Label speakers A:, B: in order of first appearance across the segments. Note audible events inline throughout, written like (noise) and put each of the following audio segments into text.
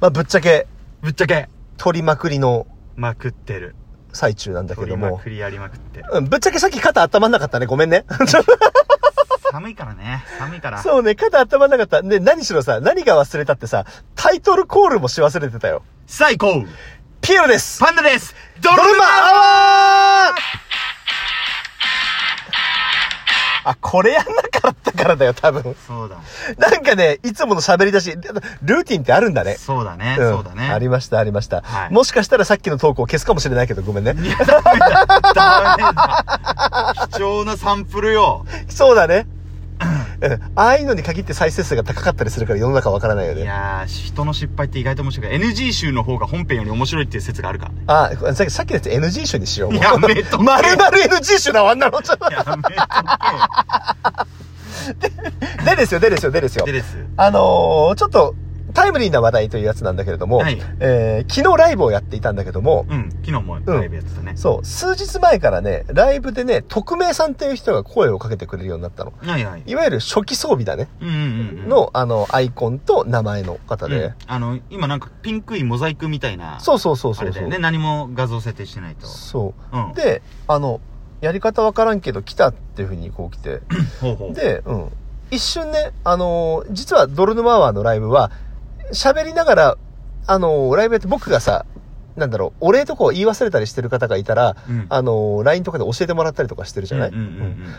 A: まあぶっちゃけ、
B: ぶっちゃけ、
A: 撮りまくりの
B: まくってる。
A: 最中なんだけ
B: 取
A: ど
B: りま
A: も
B: く。りやりま
A: (laughs)
B: くってる。
A: うん、ぶっちゃけさっき肩温まんなかったね。ごめんね。
B: 寒いからね。寒いから。
A: (laughs) そうね、肩温まんなかった。で、何しろさ、何が忘れたってさ、タイトルコールもし忘れてたよ。
B: 最高
A: ピエロです
B: パンダですド
A: ド
B: ル
A: ルマア
B: マ
A: ワーあ、これやんなかったからだよ、多分。
B: そうだ。
A: なんかね、いつもの喋り出し、ルーティンってあるんだね。
B: そうだね。
A: ん
B: そうだね。
A: ありました、ありました、
B: はい
A: もしかしたらさっきのトークを消すかもしれないけど、ごめんね。
B: いや、ダメだ。ダメだ。貴重なサンプルよ。
A: そうだ
B: (clears throat)
A: ね。うんああいうのに限って再生数が高かったりするから世の中わからないよ
B: い
A: ね。
B: やー、人の失敗って意外と面白いから。NG 集の方が本編より面白いっていう説があるからね。
A: ああ、さっきさっきのやつ NG 集にしよう。もう
B: やめとけ
A: 丸々 NG 集だわ、あんなの。
B: やめとけよ。
A: でですよ、でですよ、でですよ
B: で。です。
A: あのーちょっと、タイムリーな話題というやつなんだけれども、
B: はい
A: えー昨日ライブをやっていたんだけども、
B: うん、昨日もライブやってたね。
A: そう、数日前からね、ライブでね、匿名さんっていう人が声をかけてくれるようになったの。
B: はいはい。
A: いわゆる初期装備だね。
B: うんうんうん。、
A: の、あの、アイコンと名前の方
B: う
A: で。
B: ん、あの、今なんかピンクいモザイクみたいな。
A: そうそうそう
B: あ
A: そ
B: れ
A: う
B: だ
A: そ
B: よ
A: う、
B: ね。何も画像設定してないと。
A: そ
B: うん
A: う。。で、あの、やり方わからんけど来たっていうふうにこう来て。
B: ほうほう。
A: で、うん。一瞬ね、あのー実はドルヌマワーのライブは、喋りながら、あのーライブやって僕がさ、なんだろう、お礼とかを言い忘れたりしてる方がいたら、
B: うん、
A: あのー LINE とかで教えてもらったりとかしてるじゃない、
B: うんうんう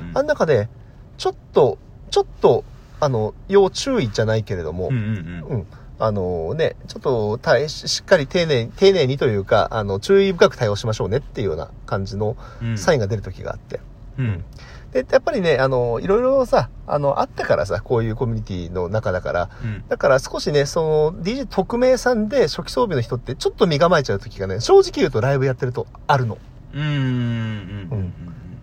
B: んうん。
A: あん中で、ちょっと、ちょっと、あの、要注意じゃないけれども、
B: うんうんう
A: う
B: ん。
A: んあのね、ちょっと対し、しっかり丁寧に、丁寧にというか、あの、注意深く対応しましょうねっていうような感じの
B: うん
A: サインが出る時があって。
B: うん。
A: で、やっぱりね、あの、いろいろさ、あの、あったからさ、こういうコミュニティの中だから、
B: うん。
A: だから少しね、その、DJ 匿名さんで初期装備の人ってちょっと身構えちゃう時がね、正直言うとライブやってるとあるの。
B: うん。うん。うん。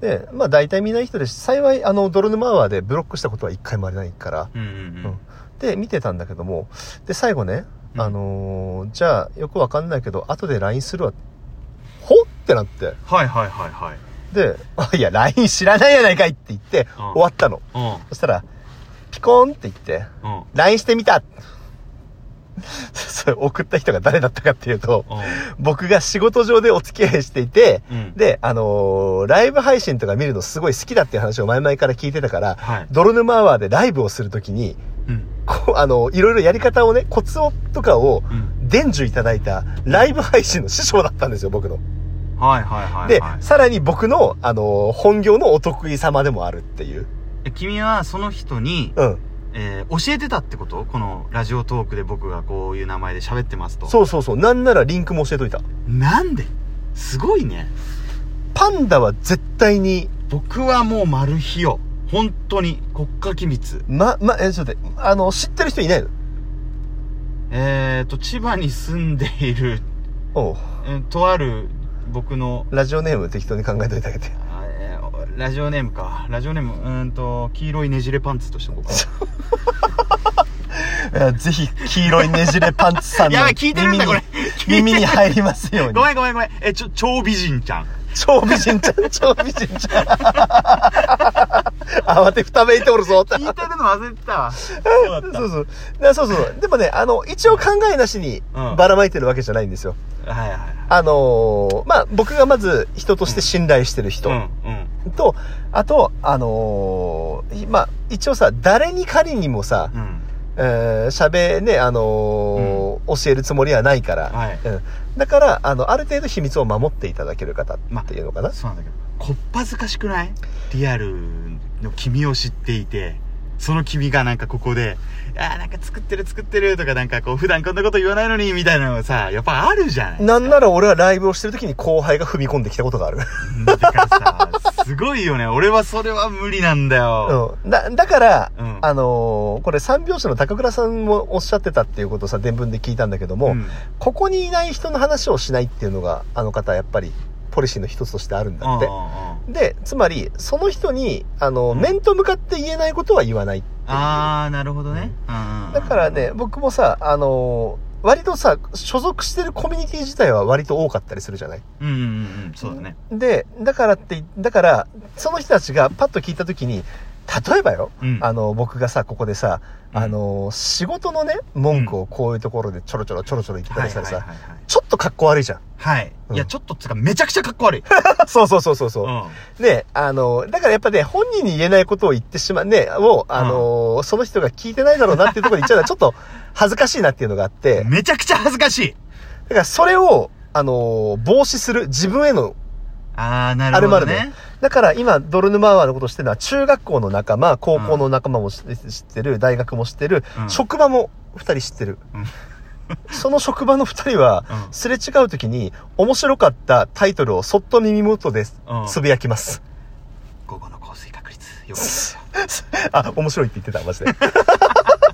A: で、まあ大体みんないい人ですし、幸い、あの、泥沼アワーでブロックしたことは一回もありないから、
B: うん。うん。
A: で、見てたんだけども、で、最後ね、
B: うん
A: あのーじゃあ、よくわかんないけど、後で LINE するわ。ほってなって。
B: はいはいはいはい。
A: で、あいや、LINE 知らないやないかいって言って、
B: うん
A: 終わったの。そしたら、ピコーンって言って、
B: うん。うん。
A: LINE してみた (laughs) それ送った人が誰だったかっていうと、僕が仕事上でお付き合いしていて、
B: うん。で、
A: で、あのーライブ配信とか見るのすごい好きだっていう話を前々から聞いてたから、
B: はい。
A: 泥沼アワーでライブをするときに、
B: うん。
A: こう、あの、いろいろやり方をね、コツをとかを
B: うん。
A: 伝授いただいたライブ配信の師匠だったんですよ、僕の。
B: はいはいはい。
A: で、
B: はい
A: さらに僕の、あの、本業のお得意様でもあるっていう。
B: え君はその人に、
A: うん。
B: えー教えてたってことこのラジオトークで僕がこういう名前で喋ってますと。
A: そうそうそう。なんならリンクも教えといた。
B: なんですごいね。
A: パンダは絶対に、
B: 僕はもうマル秘よ。本当に国家機密。
A: ま、ま、え、ちょっと待って、あの、知ってる人いないの
B: えーと、千葉に住んでいる、
A: おう
B: えーとある僕の
A: ラジオネーム適当に考えといてあげて。
B: あえーラジオネームか。ラジオネーム、うーんと、黄色いねじれパンツとしてお (laughs) こうか。
A: いやぜひ、黄色いねじれパンツさんの
B: やばい聞いてるん
A: 耳に
B: だこれ、
A: 耳に入りますように
B: ご。めんごめんごめん。え、ちょ、超美人ちゃん。
A: 超美人ちゃ
B: (laughs)
A: ん、超美人ちゃん。慌てふためいておるぞって。
B: 聞いてるの忘れてたわ。そうだっ
A: そうそう。なそうそう。でもね、あの、一応考えなしに
B: うん
A: ばらまいてるわけじゃないんですよ。
B: た。はいはいはい。
A: あのーまあ、僕がまず人として信頼してる人
B: うん、うん、
A: と、あと、あのーまあ、一応さ、誰に仮にもさ、
B: うん。
A: えー喋、ね、あのー教えるつもりはないから、
B: はい
A: うん。だから、あの、ある程度秘密を守っていただける方っていうのかな。
B: そうなんだけど、こっぱずかしくないリアルの君を知っていて、その君がなんかここで、あーなんか作ってる作ってるとかなんかこう普段こんなこと言わないのにみたいなのがさ、やっぱあるじゃない
A: なんなら俺はライブをしてる時に後輩が踏み込んできたことがある。
B: だからさ、すごいよね。俺はそれは無理なんだよ。
A: うん。だ、だから、
B: うん
A: あのーこれ三拍子の高倉さんもおっしゃってたっていうことをさ、伝聞で聞いたんだけども、
B: うん
A: ここにいない人の話をしないっていうのが、あの方やっぱり、ポリシーの一つとしてあるんだって。
B: あ
A: で、つまり、その人に、あの、面と向かって言えないことは言わないっていう
B: あーなるほどね、うんうん
A: だからね、僕もさ、あのー割とさ、所属してるコミュニティ自体は割と多かったりするじゃない
B: うんうんうんそうだね
A: で、だからって、だから、その人たちがパッと聞いたときに、例えばよ、
B: うん
A: あの、僕がさ、ここでさ、
B: うん
A: あの、仕事のね、文句をこういうところでちょろちょろちょろちょろ言ってた
B: は
A: り
B: い
A: した
B: はい
A: ら
B: は
A: さ、
B: いはい
A: ちょっと格好悪いじゃん。 (laughs)
B: はい。
A: うん
B: いや、ちょっとつうか、めちゃくちゃかっこ悪い。
A: そうそうそうそうそうう。
B: ん。
A: ね、あの、だからやっぱね、本人に言えないことを言ってしまう、ね、を、あの、その人が聞いてないだろうなっていうところに言っちゃうのは、ちょっと恥ずかしいなっていうのがあって、だ
B: めちゃくちゃ恥ずかしい。
A: からそれを、あの、防止する、自分への、
B: あー、なるほど
A: あれ
B: ね。
A: だから今、ドルヌマーワーのことをしてるのは、中学校の仲間、高校の仲間も知知ってる、大学も知ってる、
B: うん
A: 職場も二人知ってる。
B: うん
A: その職場の二人は、
B: うん
A: すれ違う時に、面白かったタイトルをそっと耳元で
B: うん
A: つぶやきます。
B: 午後の降水確率。よかったですよ。
A: あ、面白いって言ってた、マジで。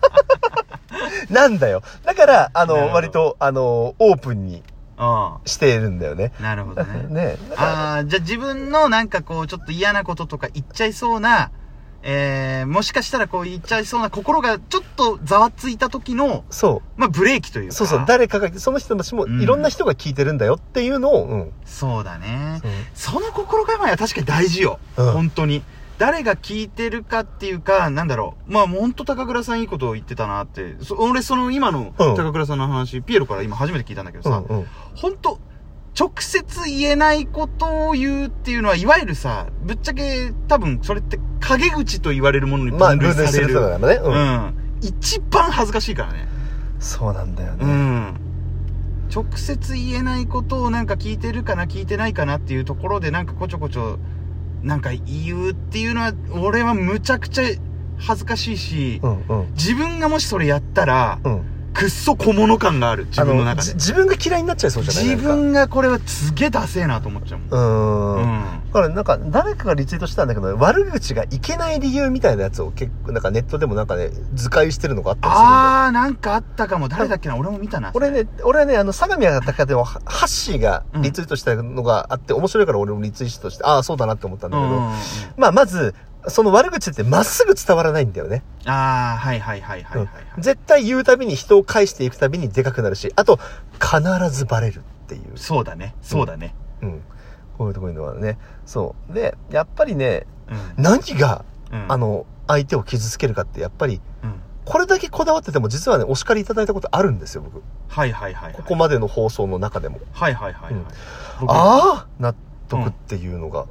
A: (laughs) なんだよ。だから、あ
B: なるほ
A: の、
B: ど
A: 割と、あの、オープンに
B: う
A: しているんだよね。
B: ん。なるほどね。
A: ねだから
B: ああ、じゃあ自分のなんかこう、ちょっと嫌なこととか言っちゃいそうな、えー、もしかしたらこう言っちゃいそうな心がちょっとざわついた時の、
A: そ
B: まあブレーキという
A: う。
B: か。
A: そうそう。誰かが、その人たちも、
B: うん
A: いろんな人が聞いてるんだよっていうのを、うん。
B: そうだね。
A: うん
B: その心構えは確かに大事よ。
A: うん
B: 本当に。誰が聞いてるかっていうか、なんだろう。まあ、もうほんと高倉さんいいことを言ってたなって。そ俺、その今の
A: うん
B: 高倉さんの話、ピエロから今初めて聞いたんだけど
A: う
B: さ、
A: んうん。
B: ほんと、直接言えないことを言うっていうのは、いわゆるさ、ぶっちゃけ多分それって陰口と言われるものに
A: まあ、
B: 分
A: ル
B: 類
A: ール
B: さ
A: す
B: れ
A: る
B: る。
A: とかだからね。
B: う
A: うん。
B: ん。一番恥ずかしいからね。
A: そうなんだよ
B: う
A: ね。
B: ん。直接言えないことをなんか聞いてるかな、聞いてないかなっていうところでなんかこちょこちょ、なんか言うっていうのは、俺はむちゃくちゃ恥ずかしいし、
A: うんうん。
B: 自分がもしそれやったら、
A: うん。
B: くっそ小物感がある、自分の
A: あ
B: 中
A: じ
B: で。
A: 自分が嫌いになっちゃいそうじゃない
B: 自
A: なんか
B: 分がこれはすげえダセえなと思っちゃうもん。
A: う。
B: うん
A: だからなんか、誰かがリツイートしたんだけど、悪口がいけない理由みたいなやつを結構、なんかネットでもなんかね、図解してるのがあったりするんだよ。
B: あー、なんかあったかも。誰だっけな俺も見たな。
A: 俺ね、俺はね、あの、相模原高でも、ハハッシーがリツイートしたのがあって、面白いから俺もリツイートして、ああ、そうだなって思ったん
B: う
A: だ
B: ん
A: け
B: う
A: ど、
B: んうん。あ
A: まあ、まず、その悪口ってまっすぐ伝わらないんだよね。
B: あー、はいはいはいはいはい、はい
A: うん絶対言うたびに人を返していくたびにでかくなるし、あと、必ずバレるっていう。
B: そうだね。そうだね。
A: うん。こういうところにはね。そう。で、やっぱりね、
B: うん。
A: 何が、
B: うん
A: あ、の、相手を傷つけるかって、やっぱり、
B: うん
A: これだけこだわってても、実はね、お叱りいただいたことあるんですよ、僕。
B: はいはいはいはい。
A: ここまでの放送の中でも。
B: はいはいはいはい。
A: うん
B: 僕
A: ああ納得っていうのが。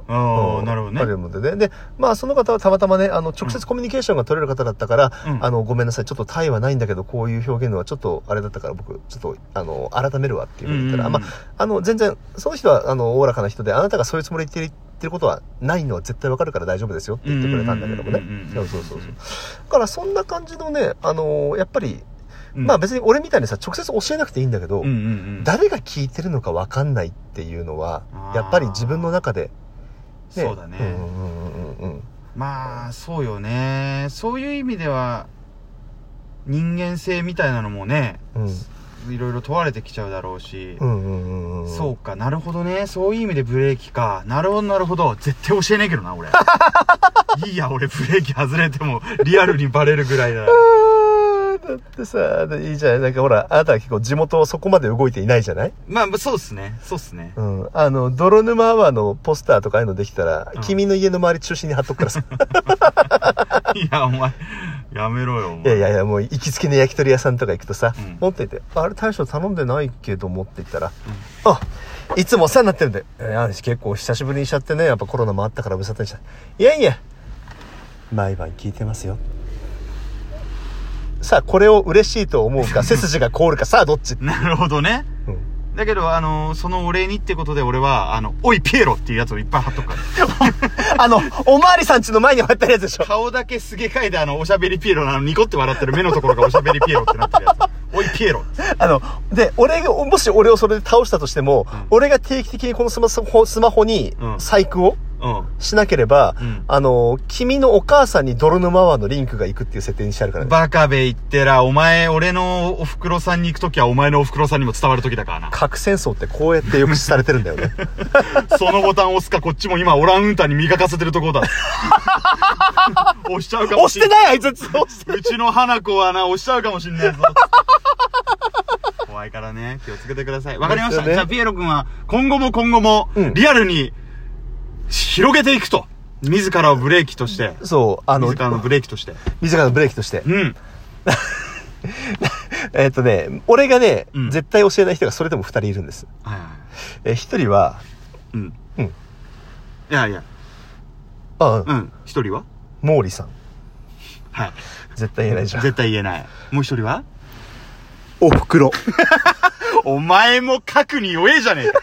A: う
B: ああ、
A: ん
B: なるほどね
A: あ。るのでね。で、まあその方はたまたまね、あの、直接コミュニケーションが取れる方だったから、
B: うん
A: あの、ごめんなさい、ちょっとタイはないんだけど、こういう表現のはちょっとあれだったから、僕、ちょっと、あの、改めるわっていうふうに言ったら、
B: うんうんうん
A: まあ、あの、全然、その人は、あの、おおらかな人で、あなたがそういうつもりで言ってる言ってることはないのは絶対わかるから大丈夫ですよって言ってくれたんだけどもね
B: うんうんうんうん。
A: そうそうそうそう。だからそんな感じのね、あの、やっぱり、
B: うん
A: まあ別に俺みたいにさ、直接教えなくていいんだけど、
B: うんうんうん。
A: 誰が聞いてるのかわかんないっていうのは
B: あ、ー
A: やっぱり自分の中で、
B: そうだね。
A: うんうんうんうんうん。
B: まあ、そうよね。そういう意味では、人間性みたいなのもね、
A: うん
B: いろいろ問われてきちゃうだろうし
A: う。んうんうんうん。
B: そうか、なるほどね。そういう意味でブレーキか。なるほど、なるほど。絶対教えねえけどな、
A: (laughs)
B: 俺。いいや、俺ブレーキ外れても、リアルにバレるぐらい
A: あ
B: だ。
A: ーだってさ、いいじゃない。なんかほら、あなたは結構地元そこまで動いていないじゃない
B: まあ、そうっすね。そうっすね。
A: うん。あの、泥沼アワーのポスターとかああいうのできたら、
B: うん
A: 君の家の周り中心に貼っとくからさ。
B: いや、お前、やめろよ、お前。
A: いやいやいや、もう行きつけの焼き鳥屋さんとか行くとさ、
B: うん
A: 持ってて、あれ大将頼んでないけど持って言ったら、あ、いつもお世話になってるんで、えー、あ結構久しぶりにしちゃってね、やっぱコロナもあったから無沙汰にしちゃいやいや、毎晩聞いてますよ。さあ、これを嬉しいと思う
B: (laughs)
A: か、背筋が凍るか、さあどっち、
B: なるほどね。
A: うん
B: だけど、あのそのお礼にってことで俺は、あの、おいピエロっていうやつをいっぱい貼っとくから。
A: あの、おまわりさんちの前に貼ってるやつでしょ。
B: 顔だけすげえいで、あの、おしゃべりピエロなの、ニコって笑ってる目のところがおしゃべりピエロってなってるやつ。おいピエロ。
A: あの、で、俺が、もし俺をそれで倒したとしても、
B: うん
A: 俺が定期的にこのスマホスマホに
B: うん
A: 細工を
B: う
A: しなければ、
B: うん
A: あの、君のお母さんに泥沼ワーのリンクが行くっていう設定にしてあるから
B: ん。
A: ね。
B: バカべ言ってら、お前、俺のお袋さんに行くときはお前のお袋さんにも伝わるときだからな。
A: 核戦争ってこうやって抑止されてるんだよね。
B: そのボタン押すか、こっちも今オランウータンに磨かせてるとこだ。押しちゃうか
A: (laughs)
B: も
A: 押
B: し
A: し
B: ん
A: て
B: ない。
A: ないあいつ押して
B: (laughs) うちの花子はな、押しちゃうかもしんないぞ。
A: (laughs)
B: 怖いからね、気をつけてください。わかりまし
A: で
B: た。
A: すよね
B: じゃあ、ピエロ君は、今後も今後も
A: う、ん
B: リアルに、広げていくと。自らをブレーキとして
A: そう、あの、
B: 自らのブレーキとして
A: 自らのブレーキとして。
B: うん
A: えっとね、俺がね、
B: うん
A: 絶対教えない人がそれでも二人いるんです。
B: はいはい
A: え、一人は、
B: うん
A: うん
B: いやいや
A: あ、
B: うん一人は
A: 毛利さん。
B: はい
A: 絶対言えないじゃん。
B: 絶対言えないもう一人は
A: お袋。
B: お前も核に弱えじゃねえか